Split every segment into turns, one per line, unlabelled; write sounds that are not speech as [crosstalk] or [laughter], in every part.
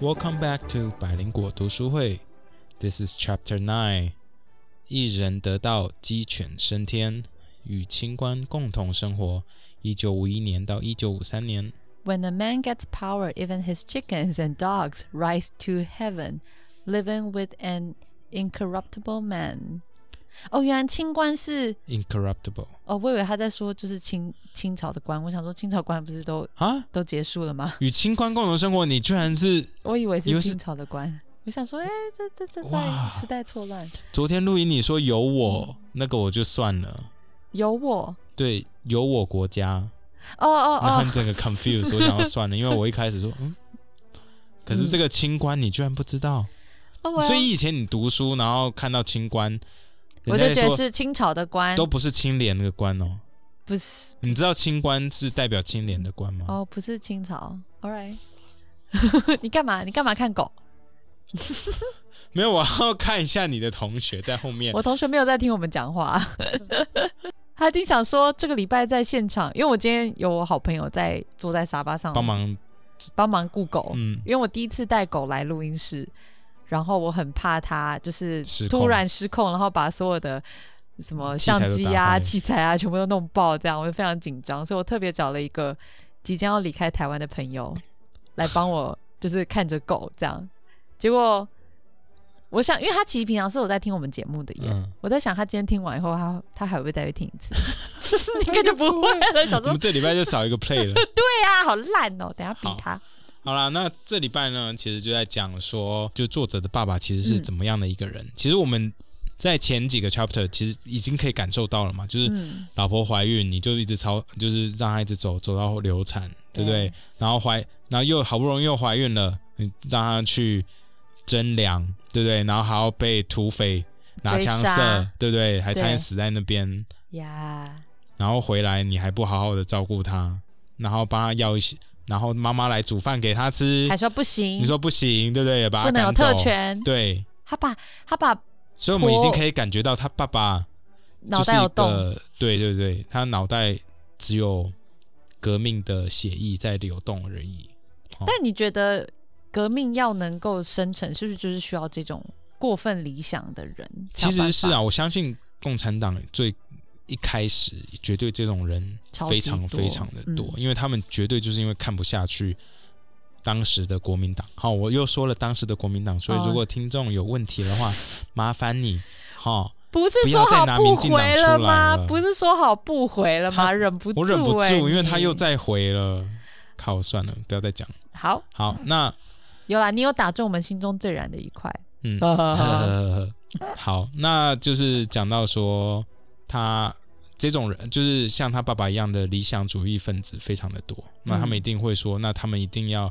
Welcome back to 百灵果读书会。This is Chapter Nine。一人得道，鸡犬升天，与清官共同生活。一九五一年到一九五三年，
When a man gets power, even his chickens and dogs rise to heaven, living with an incorruptible man. 哦，原来清官是
incorruptible
哦，我以为他在说就是清清朝的官，我想说清朝官不是都
啊，
都结束了吗？ [laughs]
与清官共同生活，你居然是
我以为
以
是
为是
清朝的官，我想说，哎、这这这
哇
在时代错乱，
昨天录音你说有我那个我就算了，
有我
对，有我国家，
哦哦
那很
哦，
整个 confuse，我想要算了，因为我一开始说嗯，可是这个清官你居然不知道。
哦我要
所以以前你读书，然后看到清官，
我
人
就
家
觉
说
得是清朝的官，
都不是清廉的官哦。
不是
你知道清官是代表清廉的官吗？
嗯哦，不是清朝，all right，你干嘛？你干嘛看狗？
没有，我要看一下你的同学在后面。
我同学没有在听我们讲话， [laughs] 他经常说这个礼拜在现场，因为我今天有我好朋友在坐在沙发上
帮忙，
帮忙顾狗，
嗯，
因为我第一次带狗来录音室，然后我很怕它就是
失控
突然失控，然后把所有的什么
器材
相
都
机
打
啊、
坏
器材啊全部都弄爆，这样我就非常紧张，所以我特别找了一个即将要离开台湾的朋友来帮我，就是看着狗这样。结果我想，因为他其实平常是有在听我们节目的耶。
嗯
我在想，他今天听完以后，他他还会不会再去听一
[laughs]
次？应该就不会了。想
我
说
们，这礼拜就少一个 play 了。
对啊，好烂哦！等一下比
好
他。
好啦，那这礼拜呢，其实就在讲说，就作者的爸爸其实是怎么样的一个人。其实我们在前几个 chapter 其实已经可以感受到了嘛，就是
嗯，
老婆怀孕，你就一直操，就是让她一直走走到流产，对不对？然后怀，然后又好不容易又怀孕了，你让她去征粮，对不对？然后还要被土匪拿枪
追
射
杀，
对不对？还差点
对
死在那边，
呀、
然后回来你还不好好的照顾她，然后帮她要一些，然后妈妈来煮饭给她吃
还，说不行，
你说不行，对不对？也把
不
她
能有
赶走
特，权。
对。
他把他把
所以我们已经
婆
可以感觉到他爸爸
脑袋有
就
洞，
是一个对对对，他脑袋只有革命的血液在流动而已。
但你觉得革命要能够生成，是不是就是需要这种过分理想的人？
其实是，啊，我相信共产党最一开始绝对这种人
超级
非常非常的多，
多嗯
因为他们绝对就是因为看不下去。当时的国民党，好，我又说了当时的国民党，所以
哦
如果听众有问题的话，麻烦你，好、
不是
不
说
要再
好
拿
不
民进党
回
出来
吗？
了
不是说好不回了吗？
他
忍不住、
我
欸，
忍不住，因为他
你
又再回了，靠，算了，不要再讲了。
哎好
好，那
有啦，你有打中我们心中最燃的一块。 [laughs]
嗯， [laughs]
啊
呃，好，那就是讲到说他这种人，就是像他爸爸一样的理想主义分子非常的多。那他们一定会说，那他们一定要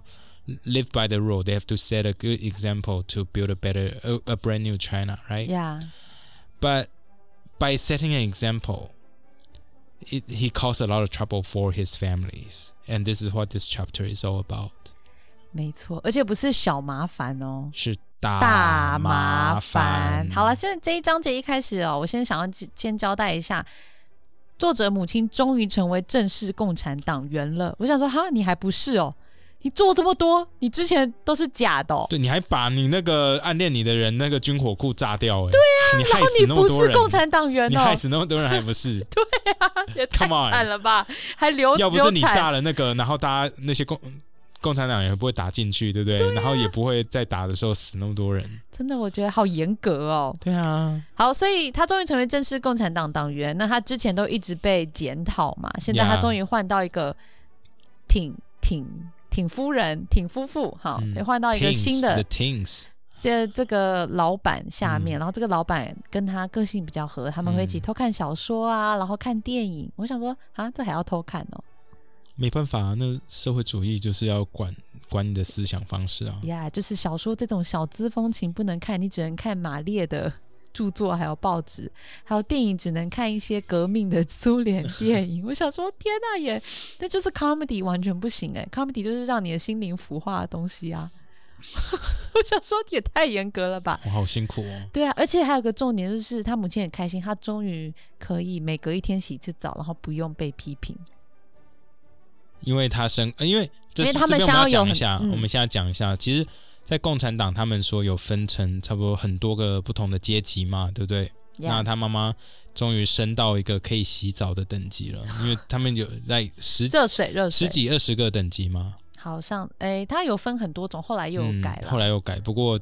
live by the rule，they have to set a good example to build a better a, a brand new China，right？
呀
But by setting an example, it, he caused a lot of trouble for his families, and this is what this chapter is all about.
没错，而且不是小麻烦哦，
是大
大麻
啊麻
烦
烦。。
好了，现在这一章节一开始哦，我先想要先交代一下，作者母亲终于成为正式共产党员了。我想说，哈，你还不是哦？你做这么多，你之前都是假的、哦。
对，你还把你那个暗恋你的人那个军火库炸掉、欸，哎，对呀、你
啊然
害
后
死
你
那么
不
多
是
人，
共产党员
你
哦
害，死那么多人还不
[laughs]
是？
也太
Come on
惨了吧？还流
要不是你
流
炸
产，
了那个，然后大家那些共共产党也不会打进去，对不
啊
对？然后也不会在打的时候死那么多人。
真的我觉得好严格哦。
对啊，
好，所以他终于成为正式共产党党员。那他之前都一直被检讨嘛，现在
Yeah
他终于换到一个挺挺挺夫人、挺夫妇，哈
嗯，
也换到一个
Teens,
新的
the Teens，
这这个老板下面。
嗯
然后这个老板跟他个性比较合，他们会一起
嗯
偷看小说啊，然后看电影。我想说啊，这还要偷看哦？
没办法、那社会主义就是要管管你的思想方式啊。
呀、就是小说这种小资风情不能看，你只能看马列的著作，还有报纸，还有电影，只能看一些革命的苏
[laughs]
联电影。我想说，天呐、也那就是 comedy 完全不行哎、c o m e d y 就是让你的心灵腐化的东西啊。 [laughs] 我想说，也太严格了吧。
我好辛苦哦。
对啊，而且还有个重点就是，他母亲很开心，他终于可以每隔一天洗一次澡，然后不用被批评。
因为他生，呃因为这
因为
是
他们
这边我们
想要
要
有
讲一
很
下，
嗯
我们现在讲一下，其实在共产党他们说有分成差不多很多个不同的阶级嘛，对不对？那
Yeah
他妈妈终于升到一个可以洗澡的等级
[laughs]
了，因为他们有在十
热水热水
十几二十个等级嘛，
好像哎，它有分很多种，后来又有改
嗯，
了。
后来又改，不过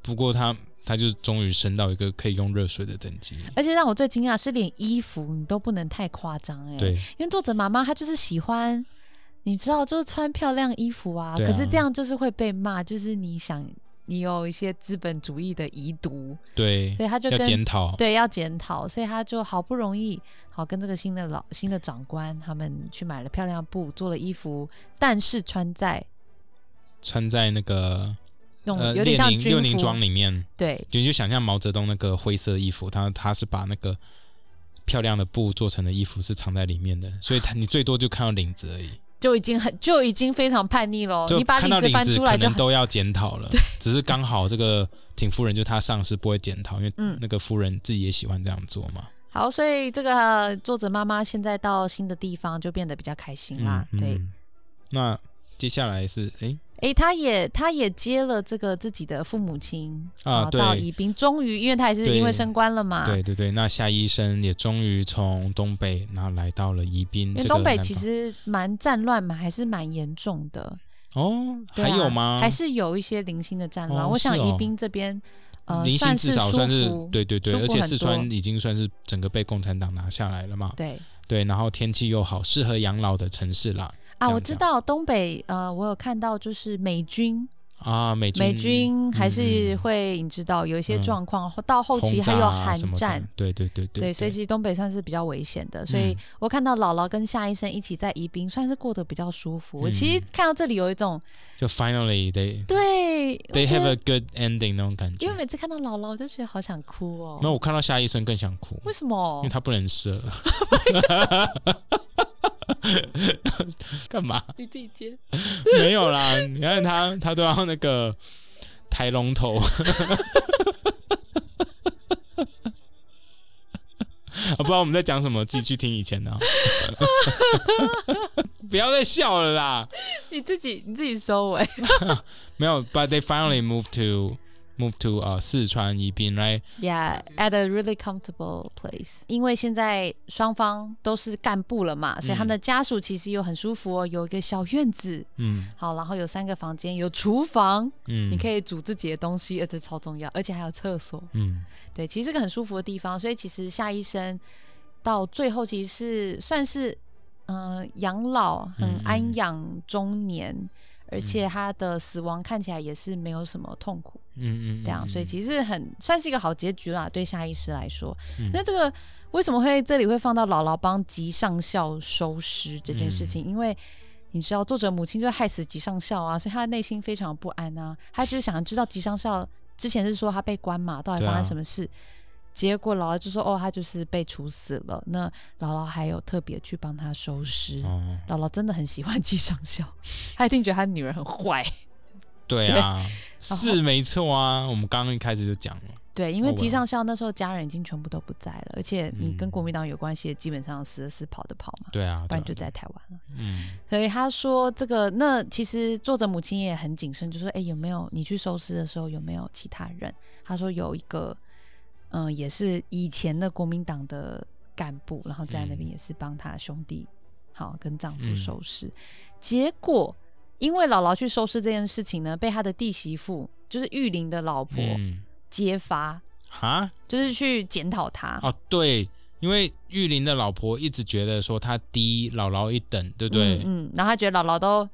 不过他他就终于升到一个可以用热水的等级，
而且让我最惊讶的是，连衣服你都不能太夸张哎、
对，
因为作者妈妈她就是喜欢，你知道，就是穿漂亮衣服啊。
对啊
可是这样就是会被骂，就是你想你有一些资本主义的遗毒，
对，
所以她就
要
跟
检讨，
对要检讨，所以她就好不容易好跟这个新的老新的长官他们去买了漂亮布，做了衣服，但是穿在
穿在那个
用、
呃
有点
列
像
宁
军
列宁
服，
装里面，
对
就你就想象毛泽东那个灰色的衣服，他他是把那个漂亮的布做成的衣服是藏在里面的，所以他你最多就看到领子而已，
就已经很就已经非常叛逆喽。
就
哦你把
看到
领子
领
翻
子
出
可
来就
能
很
都要检讨
[laughs]
了，只是刚好这个挺夫人就她上司不会检讨，因为
嗯
那个夫人自己也喜欢这样做嘛，
好，所以这个作者妈妈现在到新的地方就变得比较开心啦。
嗯
对，
嗯那接下来是诶，
诶，她也她也接了这个自己的父母亲
啊
然后哦到
对
宜宾，终于因为她也是
对
因为升官了嘛。
对对对，那夏医生也终于从东北，然后来到了宜宾
因
这
为
个
东北
南
其
方
实蛮战乱嘛，还是蛮严重的。
哦，
对啊
还有吗？
还是有一些零星的战乱。
哦
我想
是哦
宜宾这边，呃，
林
算
信至
是
少
舒
算是
服
对对对，
舒服
而且
很
四川
多
已经算是整个被共产党拿下来了嘛。
对
对，然后天气又好，适合养老的城市啦。这
啊，
样
我知
讲
道东北，呃，我有看到就是美军，
啊，美军
美军还是
嗯嗯
会，你知道有一些
嗯
状况，到后期
轰
还有
炸啊
寒
什么的
战，
对对对对
对，所以其实东北算是比较危险的，所以
嗯
我看到姥姥跟夏医生一起在宜宾，算是过得比较舒服。我
嗯
其实看到这里有一种
就 finally they
对，
they
我觉
have
得
a good ending 那种感觉
因为。每次看到姥姥，我就觉得好想哭哦。
那我看到夏医生更想哭，
为什
因
么
为？他不能射。 [laughs] 干嘛？
你自己接。
[laughs] 没有啦，你看他，他都要那个抬龙头。 [laughs] 啊，不知道我们在讲什么，自己去听以前的啊、 [laughs] 不要再笑了啦。
你自己你自己
[laughs]
收尾。
没有，but they finally moved to move to 呃、四川宜宾，right？
Yeah, at a really comfortable place。因为现在双方都是干部了
嗯
嘛，所以他们的家属其实又很舒服哦，有一个小院子，
嗯
好，然后有三个房间，有厨房，
嗯，
你可
以，
以煮自己的东西，而这超重要，而且还有厕所。
嗯
对，其实是个很舒服的地方，所以其实夏医生到最后其实是算是嗯、呃养老，很
嗯嗯
安养中年，而且他的死亡看起来也是没有什么痛苦，
嗯嗯，
这样，啊所以
实
其实很算是一个好结局啦，对夏医师来说。
嗯
那这个为什么会这里会放到姥姥帮吉上校收尸这件
嗯
事情？因为你知道，作者母亲就害死吉上校啊，所以他的内心非常不安啊。他就是想知道吉上校之前是说他被关嘛，到底
对啊
发生什么事？结果姥姥就说：“哦，他就是被处死了。”那姥姥还有特别去帮他收尸。
哦，
姥姥真的很喜欢吉 [laughs] 上校，她一定觉得她女儿很坏。
对啊， [laughs] 是没错啊，我们刚刚一开始就讲了，
对，因为
哦
吉
喂
上校那时候家人已经全部都不在了，而且你跟
嗯
国民党有关系，基本上死的死，跑的跑嘛，
对啊，
不然
对
就
啊
在台湾了。
嗯
所以他说这个，那其实作者母亲也很谨慎，就说：“哎，有没有你去收尸的时候有没有其他人？”他说有一个，嗯、也是以前的国民党的干部，然后在那边也是帮他兄弟，好跟丈夫
嗯
收尸。结果因为姥姥去收尸这件事情呢，被他的弟媳妇，就是玉玲的老婆
嗯，
揭发。
哈，
就是去检讨他。
哦，对，因为玉林的老婆一直觉得说她低姥姥一等，对不对？
嗯，嗯然后他觉得姥姥都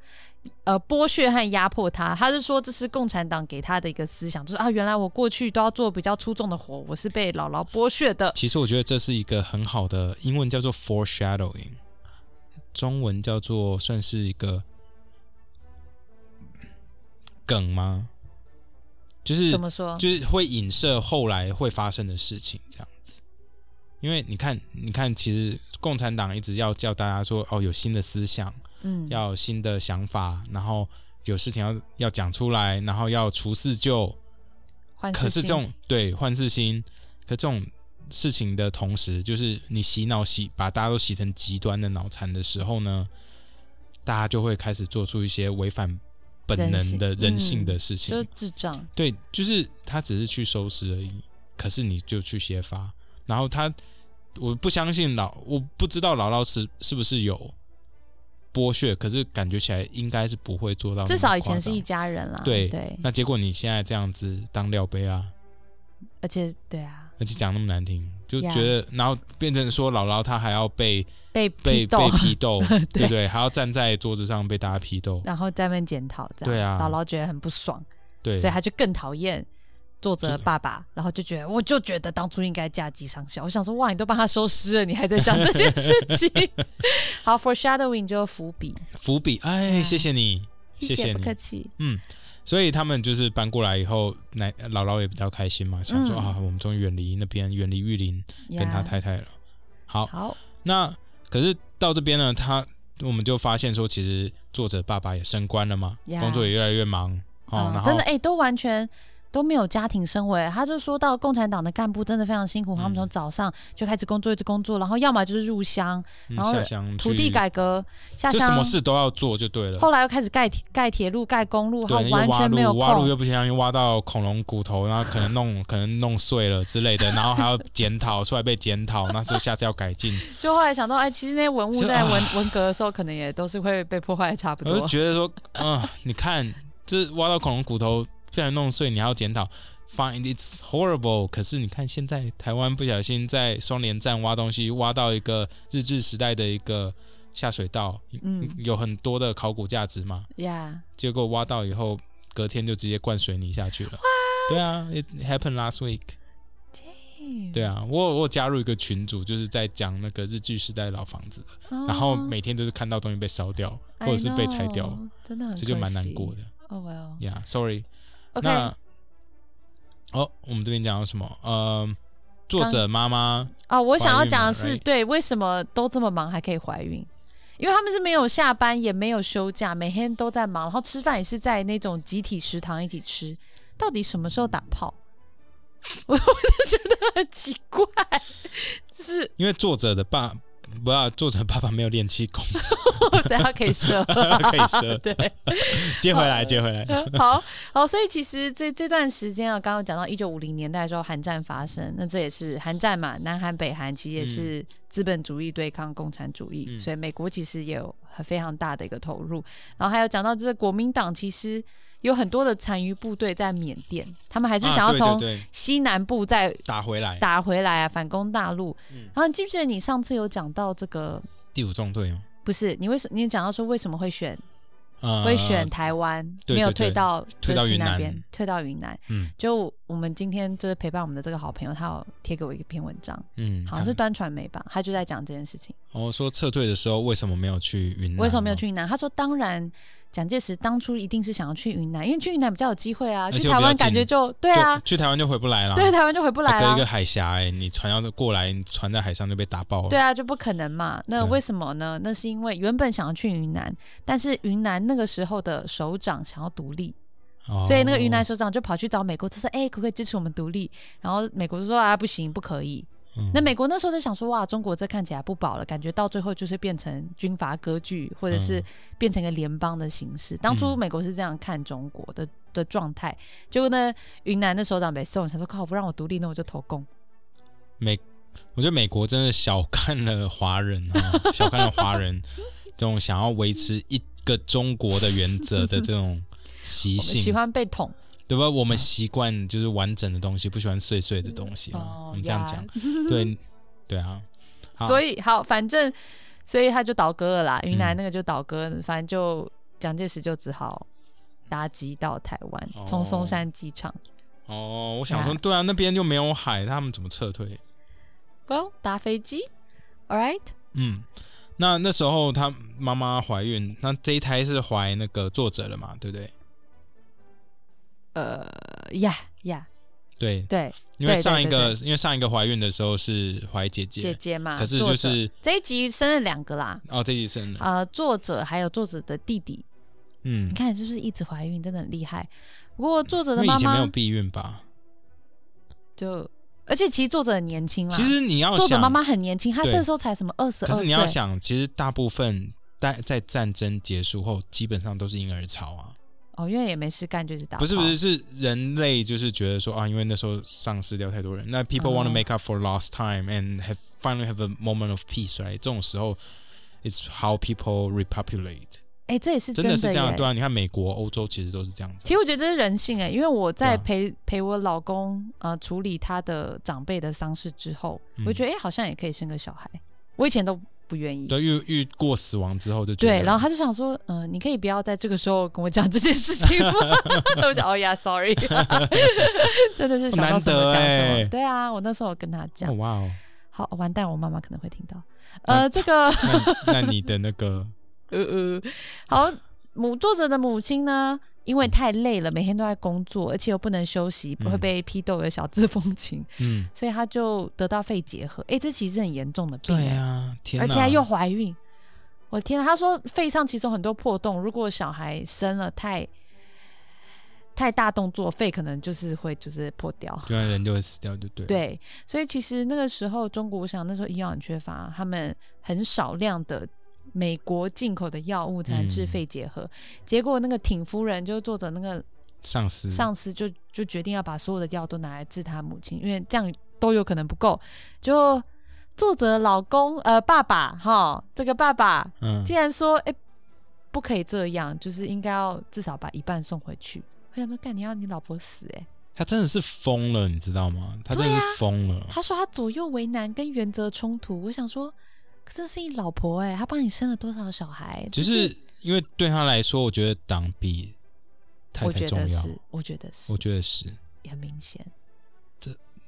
呃剥削和压迫他，他是说这是共产党给他的一个思想，就是啊，原来我过去都要做比较出众的活，我是被姥姥剥削的。
其实我觉得这是一个很好的英文叫做 foreshadowing，中文叫做算是一个梗吗？就是
怎么说？
就是会影射后来会发生的事情，这样子。因为你看，你看，其实共产党一直要叫大家说，哦，有新的思想，
嗯，
要有新的想法，然后有事情要要讲出来，然后要除四旧。
换
可是
事
这
情
种对换四星，可这种事情的同时，就是你洗脑洗把大家都洗成极端的脑残的时候呢，大家就会开始做出一些违反本能的
人性
人性
嗯
的事情。
就是智障，
对，就是他只是去收尸而已，可是你就去揭发，然后他，我不相信老，我不知道姥姥是是不是有剥削，可是感觉起来应该是不会做到那么
至
夸张，
少以前是一家人啦。
对
对，
那结果你现在这样子当料杯啊，
而且对啊，
而且讲那么难听，就
Yeah
觉得然后变成说姥姥她还要被
被
被
批斗
被，批
[laughs]
斗，对
对
不对？还要站在桌子上被大家批斗，
然后在那边检讨，这样
对啊
姥姥觉得很不爽，
对，
所以他就更讨厌作者的
这
爸爸，然后就觉得我就觉得当初应该嫁鸡上校。我想说，哇，你都帮他收尸了，你还在想这件事情？
[laughs]
好，foreshadowing 就是伏笔，
伏笔，哎，谢谢你，谢
嗯谢，不
你
客。气。
所以他们就是搬过来以后，奶姥姥也比较开心嘛，想说、
嗯
啊，我们终于远离那边，远离玉林，跟他
Yeah，
太太了。好，
好，
那可是到这边呢，他我们就发现说，其实作者爸爸也升官了嘛
Yeah
工作也越来越忙哦，然
嗯，
后
真的哎、都完全。都没有家庭生活，哎他就说到共产党的干部真的非常辛
嗯
苦，他们从早上就开始工作，一直工作，然后要么就是入乡、
嗯
然后
下乡
土
去
地，改革、下
就什
乡
么，事都要做就对了。
后来又开始盖铁盖铁路、盖公路，他
对，又
完
挖
全没有
路，挖路
空。
又不小心挖到恐龙骨头，然后可能弄可能弄碎了之类的，然后还要检讨，出来被检讨，那就下次要改进。
就后来想到，哎，其实那些文物
就啊
在文、文革的时候，可能也都是会被破坏的差不
我就
多。
觉得说，嗯、你看这挖到恐龙骨头被人弄碎，你还要检讨，fine it's horrible。可是你看现在台湾不小心在双连站挖东西，挖到一个日治时代的一个下水道，
嗯
有很多的考古价值嘛，
呀，
结果挖到以后，隔天就直接灌水泥下去了。对啊，it happened last week。对
嗯
啊，我有我有加入一个群组，就是在讲那个日据时代老房子的，
哦
然后每天都是看到东西被烧掉或者是被拆掉
I know，真的很
所以就蛮难过的。
的。哦、oh,，Well，OK，、
呀、yeah,，sorry。那哦，我们这边讲到什么？呃，作者妈妈
哦，我想要
怀孕
讲
嘛
的是，
right？
对，为什么都这么忙还可以怀孕？因为他们是没有下班，也没有休假，每天都在忙，然后吃饭也是在那种集体食堂一起吃。到底什么时候打炮？ [laughs] 我我就觉得很奇怪， [laughs] 就是
因为作者的爸不要、作者爸爸没有练气功， [laughs]
我只要可以射， [laughs]
可以射
对，
接回来，接回来。
[laughs] 好好，所以其实这这段时间啊，刚刚讲到一九五零年代的时候，韩战发生，那这也是韩战嘛，南韩、北韩其实也是资本主义对抗共产主义，
嗯
所以美国其实也有很非常大的一个投入。然后还有讲到这个国民党其实有很多的残余部队在缅甸，他们还是想要
啊、对对
从
对
西南部再
打回来，
打回来啊，反攻大陆。
嗯
然后你记不记得你上次有讲到这个？
第五纵队哦，
不是你为什你也讲到说为什么会选
呃，
会选台湾，
对
没有
对
退
对
到
退到
就是
云
那
南
边，退到云南。
嗯
就我们今天就是陪伴我们的这个好朋友，他有贴给我一篇文章，
嗯，
好像是端传媒吧，他就在讲这件事情，
我、哦、说撤退的时候为什么没有去云南？哦
为什么没有？去云南？他说，当然。蒋介石当初一定是想要去云南，因为去云南比较有机会啊，
而且
去
又
台
比较
湾
近
感觉就对啊
就，去台湾就回不来了。
对台湾就回不来啊
隔
了
一个，海峡、哎，你船要是过来，你船在海上就被打爆了。
对啊，就不可能嘛。那
哦对
为什么呢？那是因为原本想要去云南，但是云南那个时候的首长想要独立，
哦，
所以那个云南首长就跑去找美国，就说：“哎、可不可以支持我们独立？”然后美国就说：“啊，不行，不可以。
嗯
那美国那时候就想说：“哇，中国这看起来不保了，感觉到最后就是变成军阀割据，或者是
嗯
变成一个联邦的形式。当初
嗯
美国是这样看中国的的状态，结果呢，云南的首长被送，想说：“靠，不让我独立，那我就投共。
美，我觉得美国真的小看了华人啊， [laughs] 小看了华人这种想要维持一个中国的原则的这种习
我们
性，
哦喜欢被捅。
对吧？我们习惯就是完整的东西，不喜欢碎碎的东西嘛。
哦
我们这样
呀
讲，
[laughs]
对，对啊。好
所以好，反正所以他就倒戈了啦，云南那个就倒戈，反正就蒋介石就只好搭机到台湾，从
哦
松山机场。
哦，我想说，
呀
对啊，那边就没有海，他们怎么撤退？
Well，搭飞机，All right，
嗯，那那时候她妈妈怀孕，那这一胎是怀那个作者了嘛，对不对？
呃呀呀，
对，
对，
因为
对对
上一个
对
因为上一个怀孕的时候是怀姐姐，
姐姐嘛，
可是
作
就
者
是
这一集生了两个啦，
哦，这一集生了，
呃，作者还有作者的弟弟，
嗯
你，看是不是一直怀孕，真的很厉害。不过作者
因
的
为以
妈
前没有
妈
避孕吧？
就，而且其实作者很年轻啦，啊
其实你要
作者
想，
妈妈很年轻，她
对
这时候才什么二十二
可是
岁，
你要想，其实大部分在在战争结束后，基本上都是婴儿潮啊，
哦，因为也没事干，就是打炮。
不是不是，是人类就是觉得说啊，因为那时候丧失掉太多人，那 people want to
哦
make up for lost time and have finally have a moment of peace，right？这种时候，it's how people repopulate，
哎、这也是
真
的
是这样，
耶
对啊，你看美国、欧洲其实都是这样子啊
其，实我觉得这是人性哎、因为我在
对啊
陪、陪我老公呃处理他的长辈的丧事之后，
嗯
我觉得哎、好像也可以生个小孩。我以前都不愿意，
对，遇遇过死亡之后就觉得，
对，然后他就想说，嗯、你可以不要在这个时候跟我讲这件事情吗？ [laughs] 那我想，哦呀，sorry，真的是想到什么讲什
难得
么。
欸
对啊，我那时候有跟他讲，
哦哎哇哦，
好完蛋，我妈妈可能会听到。
那
呃，这个
那那你的那个，
呃呃， [laughs] 好，母作者的母亲呢，因为太累了，每天都在工作，而且又不能休息，
嗯
不会被批斗的小资风情， [laughs]
嗯，
所以她就得到肺结核。哎，这其实是很严重的病，
对啊，天哪，
而且她又怀孕。我天啊，她说肺上其中很多破洞，如果小孩生了太太大动作，肺可能就是会就是破掉。
对啊，人就会死掉，就对了，
对，所以其实那个时候中国，我想那时候营养很缺乏，他们很少量的美国进口的药物才能治
嗯
肺结核。结果那个挺夫人，就是作者那个
丧尸，
上司就就决定要把所有的药都拿来治他母亲，因为这样都有可能不够。就作者老公呃爸爸哈，这个爸爸
嗯，
竟然说哎、不可以这样，就是应该要至少把一半送回去。我想说，干你要你老婆死哎、
他真的是疯了，你知道
啊
吗？他真的是疯了，
他说他左右为难跟原则冲突，我想说，可是是你老婆哎、欸，她帮你生了多少小孩？
只
就是
因为对他来说，我觉得党比太
我
太
觉
重
得
要，
是，我觉得是
我，觉得是。
也很明显。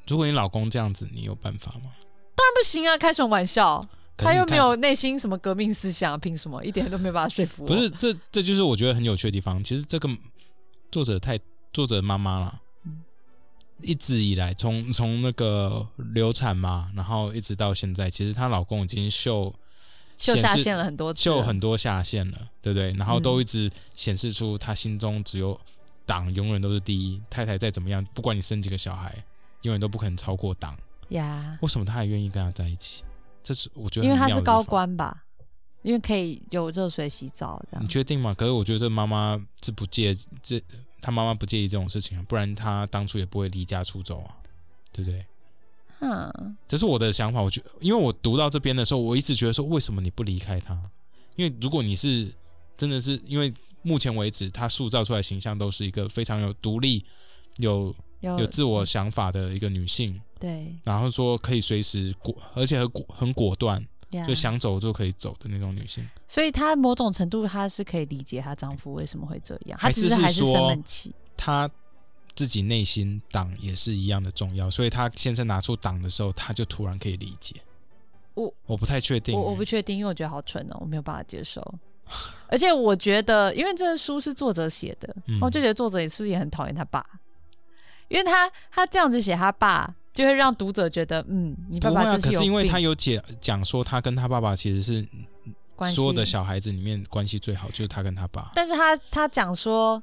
如果你老公这样子，你有办法吗？
那不行啊，开什么玩笑？
可是
他
你
又
看
没有内心什么革命思想，凭什么？一点都没办法说服我。
不是，这这就是我觉得很有趣的地方。其实这个作者太作者妈妈啦，
嗯
一直以来从从那个流产嘛，然后一直到现在，其实她老公已经秀
秀下
显示
线了很多次了，
秀很多下线了，对不对？然后都一直显示出她心中只有党永远都是第一，太太再怎么样，不管你生几个小孩，永远都不可能超过党。
呀，
为什么她还愿意跟他在一起？这是我觉得
因为
很
他
妙
是
的地方
高，官啊吧，因为可以有热水洗澡这
你
样。
确定吗？可是我觉得这妈妈是不介这，她妈妈不介意这种事情啊，不然她当初也不会离家出走啊，对不对？
嗯，
这是我的想法。我觉得，因为我读到这边的时候，我一直觉得说，为什么你不离开他？因为如果你是真的是，因为目前为止他塑造出来的形象都是一个非常有独立、有
有
有自我想法的一个女性，
对
然后说可以随时果，而且很果很果断，
呀
就，想走就可以走的那种女性。
所以她某种程度她是可以理解她丈夫为什么会这样，她
还
只
是是
还是生
说
闷气。
她自己内心党也是一样的重要，所以她先生拿出党的时候，她就突然可以理解。
我
我不太确定欸、
我我不确定，因为我觉得好蠢哦，我没有办法接受。而且我觉得，因为这书是作者写的，
嗯
我就觉得作者也是不是也很讨厌他爸，因为他他这样子写他爸，就会让读者觉得，嗯，你爸
不会
爸
啊，
就
可
有
是因为
病
他有解讲说，他跟他爸爸其实是
关系
所有的小孩子里面关系最好，就是他跟他爸。
但是他他讲说，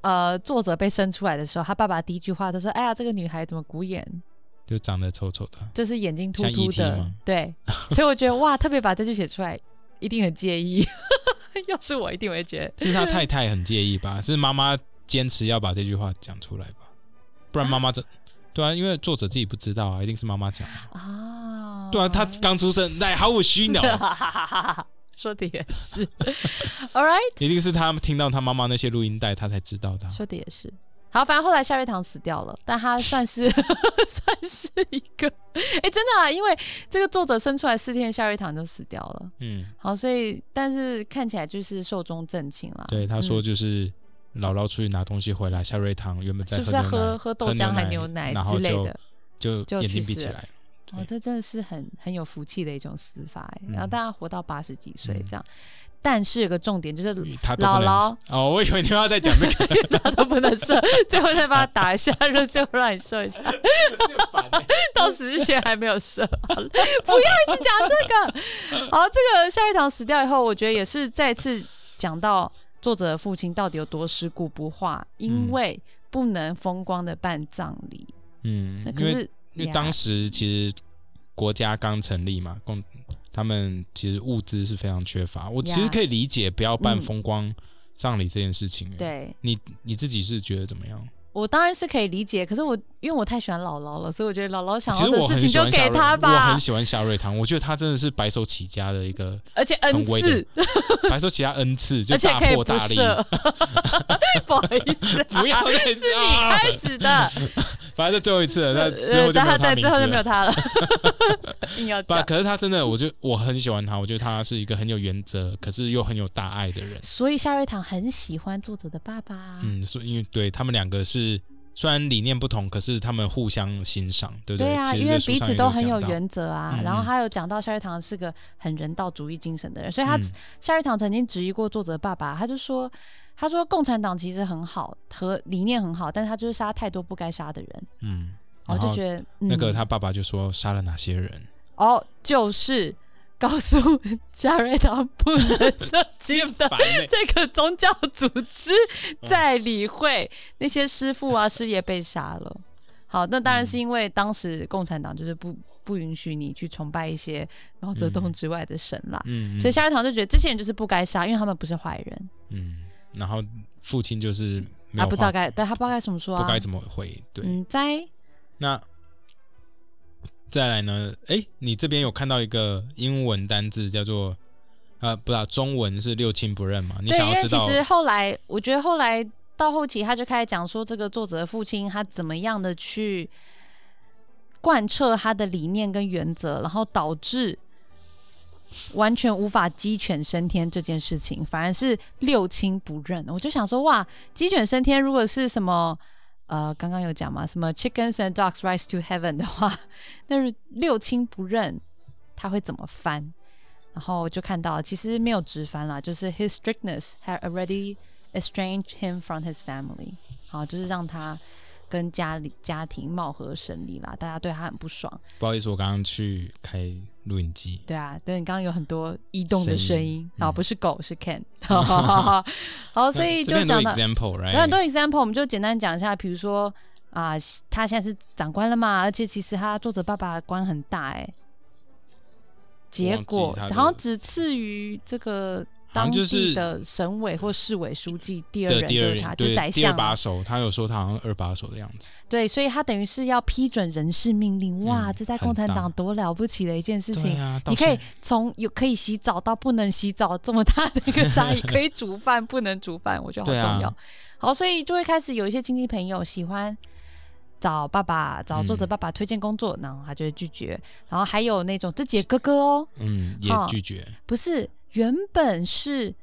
呃，作者被生出来的时候，他爸爸第一句话就说：“哎呀，这个女孩怎么古眼，
就长得丑丑的，
就是眼睛凸
像
凸
ET
的
吗。”
对，
[laughs]
所以我觉得哇，特别把这句写出来，一定很介意。 [laughs] 要是我，一定会觉得
是他太太很介意吧？是妈妈坚持要把这句话讲出来吧？不然妈妈这。对啊，因为作者自己不知道啊，一定是妈妈讲的。
哦啊，
对啊，他刚出生，那 how would she know？
[laughs] 说的也是，All right，
一定是他听到他妈妈那些录音带，他才知道的啊。
说的也是。好，反正后来夏瑞堂死掉了，但他算是 [laughs] 算是一个，哎、真的啊，因为这个作者生出来四天，夏瑞堂就死掉了。
嗯，
好，所以但是看起来就是寿终正寝啦。
对，他说就是姥姥出去拿东西回来，夏瑞堂原本在
是
喝
不是在
牛奶
喝喝豆浆还牛奶
然
之
后
类
就
的？
就
就
眼睛
去
闭
世
起
了
来了。
哦，这真的是很很有福气的一种死法哎、
嗯
然后大家活到八十几岁
嗯
这样，但是有个重点就是
他都不能
姥姥
哦，我以为你要再讲这
[laughs]
个，
他都不能射，最后再帮他打一下，然后最后让你射一下， [laughs] 到死之前还没有射。好了不要一直讲这个。好，这个夏瑞堂死掉以后，我觉得也是再次讲到作者的父亲到底有多尸骨不化，因
嗯
为不能风光的办葬礼。
嗯
那，可
因为
是
因为
呀
当时其实国家刚成立嘛，共他们其实物资是非常缺乏。我其实
呀
可以理解不要办
嗯
风光葬礼这件事情。，欸
对
你你自己是觉得怎么样？
我当然是可以理解，可是我因为我太喜欢姥姥了，所以我觉得姥姥想
其
要
实
的
我
事
很
情
喜
就
欢夏
给
瑞，
她
我
吧
很，喜欢夏瑞堂，我觉得他真的是白手起家的一
[laughs]
个，
而且 n
很威的
次，
白手起家 n 次，就
而且
大
可以
破
不
大立。
射， [laughs] 不好意思、啊，
不要再
[laughs] 是你
讲了，
开
[laughs]
始的，
反正最后一次了，那之
呃
后就没有他
他对
名
之后
字
就
了
没有。
[laughs]
他了，硬要
不，
讲。
可是他真的，我就我很喜欢他，我觉得他是一个很有原则，可是又很有大爱的人。
所以夏瑞堂很喜欢作者的爸啊爸、
嗯，所以因为对他们两个是虽然理念不同，可是他们互相欣赏，对不
对啊，
其实
因
这
为
书
彼
上
此
也
都
有
很
讲
有
到。
原则啊。
嗯
然后
嗯
他有讲到夏瑞堂是个很人道主义精神的人，所以他、
嗯
夏瑞堂曾经质疑过作者爸爸，他就说。他说：“共产党其实很好，和理念很好，但是他就是杀太多不该杀的人。
嗯，”
我
然
就
后
觉得、嗯、
那个他爸爸就说杀了哪些
[laughs]
人，
哦，就是告诉 [laughs] 夏瑞堂不能涉
[laughs]
及的
烦欸
这个宗教组织在理会那些师傅啊师爷被杀了。好，那当然是因为当时共产党就是不不允许你去崇拜一些毛泽东之外的神啦，
嗯，嗯
[laughs] 所以夏瑞堂就觉得这些人就是不该杀，因为他们不是坏人，
嗯，然后父亲就是没
啊，
有
不知
话
道该，但他不知道该怎么说
不
啊
该，怎么回，对，
嗯，在
那再来呢？哎，你这边有看到一个英文单字叫做呃，不知道中文是六亲不认嘛？你
对，
想
因
要
为
知
其
道
实后来，我觉得后来到后期，他就开始讲说，这个作者的父亲他怎么样的去贯彻他的理念跟原则，然后导致完全无法鸡犬升天这件事情，反而是六亲不认。我就想说，哇，鸡犬升天如果是什么？呃，刚刚有讲嘛，什么 chickens and dogs rise to heaven 的话，那六亲不认，他会怎么翻？然后我就看到其实没有直翻啦，就是 his strictness had already estranged him from his family，好，就是让他跟家里家庭貌合神离啦，大家对他很不爽。
不好意思，我刚刚去开录影机，
对啊，对你刚刚有很多移动的
声
声
音
音，好，不是狗是 Ken，好，所以就讲
到
到
example，right？
有很多 example，我们就简单讲一下，比如说啊、他现在是长官了嘛，而且其实他作者爸爸官很大哎、结
我
果
忘记他的
好像只次于这个
好像
当
就
地
是
的省委或市委书记，第二
的
人
第
就
二
是
人
他，就是
对
宰
第二
相啊、
把手，他有说他好像二把手的样子，
对，所以他等于是要批准人事命令，哇，
嗯
这在
很
共产
大
党多了不起的一件事情
对。啊，到
你可以
现在
从有可以洗澡到不能洗澡这么大的一
[laughs]
个差异，可以煮饭不能煮饭，我觉得好
对啊
重要。好，所以就会开始有一些亲戚朋友喜欢找爸爸找作者
嗯
爸爸推荐工作，然后他就会拒绝。然后还有那种自己的哥哥哦，
嗯也
哦
拒绝，
不是原本是。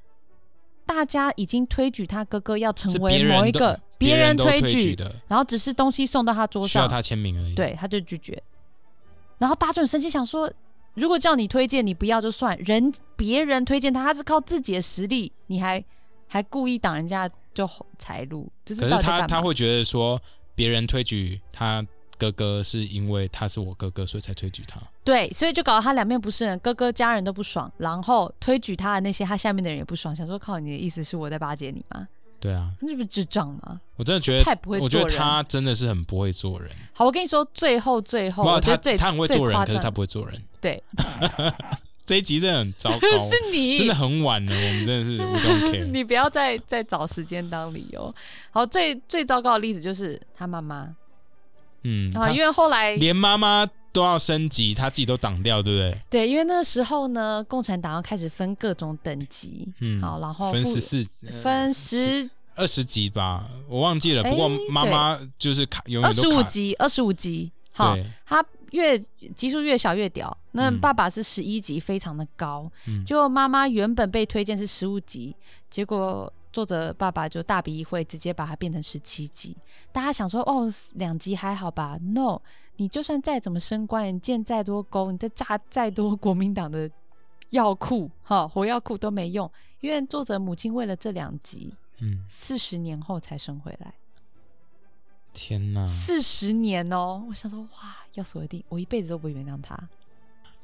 大家已经推举他哥哥要成
是别
为某
人
一
都
个别
人
人
都
推
举
举，
的，
然后只是东西送到他桌
需要
上，
他签名而已。，
对，他就拒绝。然后大家就很生气，想说如果叫你推荐，你不要就算，人别人推荐他，他是靠自己的实力，你还还故意挡人家就财路，就是
可
到
是
底在
他
干
他
嘛？
会觉得说别人推举他哥哥是因为他是我哥哥，所以才推举他。
对，所以就搞得他两面不是人，哥哥家人都不爽，然后推举他的那些他下面的人也不爽，想说靠，你的意思是我在巴结你吗？
对啊，
那这不是智障吗？
我真的觉得
太不会
我觉
做
得
人。
他真的是很不会做人。
好，我跟你说，最后最后，
没有
哦我觉
他
得最
他很会
最
做人，
夸
可是
张
他不会做人。
对，
这一集真的很糟糕，
[laughs] 是你
哦真的很晚了，我们真的是 we don't care。
[laughs] 你不要再再找时间当理由。好，最最糟糕的例子就是他妈妈
嗯，
啊，
他
因为后来
连妈妈都要升级，他自己都挡掉，对不对？
对，因为那个时候呢，共产党要开始分各种等级，
嗯，
好，然后
分
妇
十四、呃
分十
二十集吧，我忘记了。
哎
不过妈妈就是卡，永
二
远
十
都
五
卡。
级，二十五级，好，
对，
他越级数越小越屌。那
嗯
爸爸是十一级，非常的高。
嗯
就妈妈原本被推荐是十五级，结果作者爸爸就大笔一挥，直接把它变成十七级。大家想说，哦，两级还好吧？No，你就算再怎么升官，你建再多功，你再炸再多国民党的药库，哈，火药库都没用，因为作者母亲为了这两级，
嗯，
四十年后才升回来。
天哪！
四十年哦，我想说，哇，要是我一定，我一辈子都不会原谅他。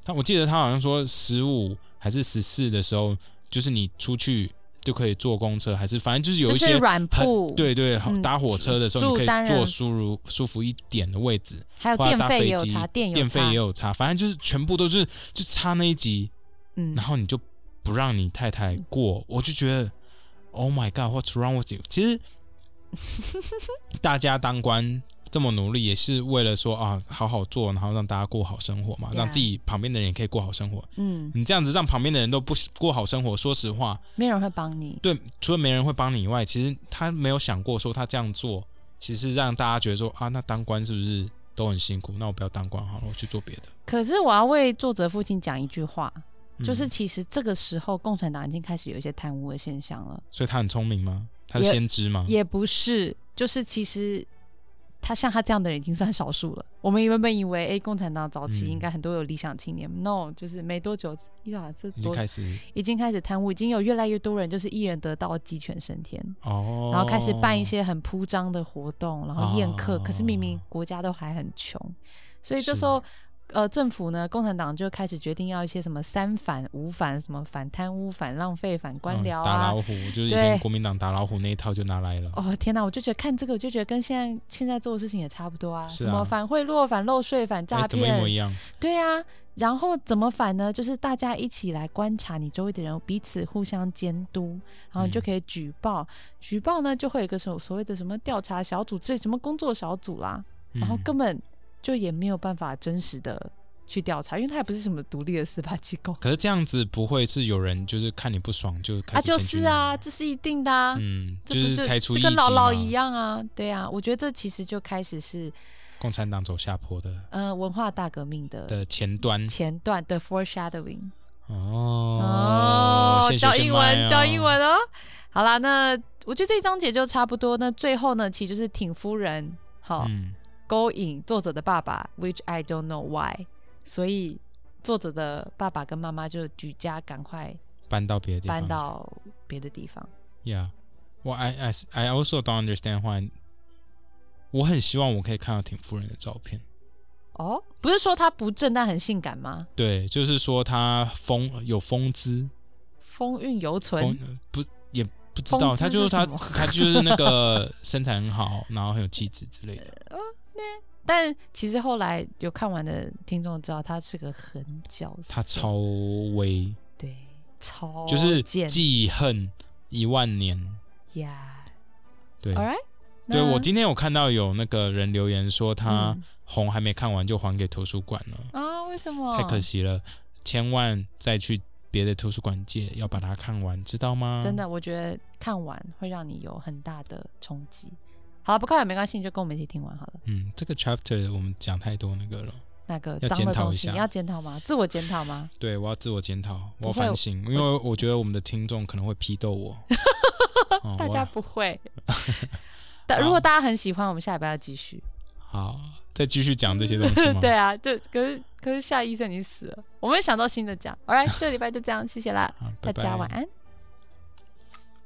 他我记得他好像说十五还是十四的时候，就是你出去就可以坐公车，还是反正就是有
就
一
是
些
软
很
布，，
对对，好
嗯
搭火车的时候
住
你可
单
以
人
坐舒如舒服一点的位置，
还有
或者
电
搭
费
飞
也有
机
差，电有
电费
差
也有差，反正就是全部都是就差那一集，
嗯
然，后你就不让你太太过，我就觉得 Oh my God，What's wrong with you？其
[laughs]
实大家当官这么努力，也是为了说啊，好好做，然后让大家过好生活嘛
Yeah
让自己旁边的人也可以过好生活。
嗯，
你这样子让旁边的人都不过好生活，说实话，
没有人会帮你。
对，除了没人会帮你以外，其实他没有想过说他这样做，其实让大家觉得说啊，那当官是不是都很辛苦？那我不要当官好了，我去做别的。
可是我要为作者父亲讲一句话，
嗯
就是其实这个时候共产党已经开始有一些贪污的现象了，
所以他很聪明吗？他是
也
先知吗？
也不是，就是其实。他像他这样的人已经算少数了。我们原本以为，哎、共产党早期
嗯
应该很多有理想青年、n o 就是没多久，呀，这
已经
多
开始
已经开始贪污，已经有越来越多人就是一人得道鸡犬升天，
哦，
然后开始办一些很铺张的活动，然后宴客。
哦
可是明明国家都还很穷，所以这
是
时候。呃，政府呢，共产党就开始决定要一些什么三反、五反，什么反贪污、反浪费、反官
嗯
僚
打
啊。
老虎，就是以前
对
国民党打老虎那一套就拿来了。
哦，天哪！我就觉得看这个，我就觉得跟现在现在做的事情也差不多啊，
是
什
啊
么反贿赂、反漏税、反
哎
诈
怎么一
骗，
模一样？
对啊，然后怎么反呢？就是大家一起来观察你周围的人，彼此互相监督，然后你就
嗯
可以举报。举报呢，就会有一个所所谓的什么调查小组，这什么工作小组啦，然后
嗯
根本就也没有办法真实的去调查，因为它也不是什么独立的司法机构
可是这样子不会是有人就是看你不爽就开
啊，
始前
就
去
是
弄
啊，，这是一定的啊。
嗯，
这
就
不
是
就
拆除
就
异
跟
己
老老
嘛
一样啊，对啊，我觉得这其实就开始是
共产党走下坡的
呃文化大革命的
的前端
前段的 foreshadowing。
哦谢谢
嗯教
先
英
卖
文，
哦
教英文哦。好啦，那我觉得这一章节就差不多。那最后呢，其实就是挺夫人好、
嗯，
勾引作者的爸爸，which I don't know why。所以作者的爸爸跟妈妈就举家赶快
搬到别的地方，
搬到别的地方。
Yeah. Well, I, I, s- I also don't understand why. 我很希望我可以看到挺夫人的照片。
哦，不是说他不正，但很性感吗？
对，就是说她风有风姿，
风韵犹
风
存，
不也不知道，
风姿
她就是
是
她
什么
她就是那个 [laughs] 身材很好，然后很有气质之类
呃
的。
但其实后来有看完的听众知道，他是个狠角色，
她超威，
对超
就是
哦贱
记恨一万年。
呀。
对
All right，
对，
那
我今天有看到有那个人留言说他
嗯
红还没看完就还给图书馆了。
啊，为什么？
太可惜了，千万再去别的图书馆借，要把它看完，知道吗？
真的，我觉得看完会让你有很大的冲击。好了，不看完没关系，你就跟我们一起听完好了。
嗯，这个 chapter 我们讲太多那个了，
那个
要
脏
检
的
讨
东
一
西，
下
你要检讨吗？自我检讨
[laughs]
吗？
对我要自我检讨，我要
不会
反省，因为我觉得我们的听众可能会批斗
[laughs]
我。哦
大家
我
不
[laughs]
会。但如果大家很喜欢，我们下礼拜要继续。
好，再继续讲这些东
[laughs]
西哦吗？
对，啊，就可是可是夏医生已经死了，我们想到新的讲。All right，这个礼拜就这样，谢谢啦，
好，拜
大家
拜
晚安。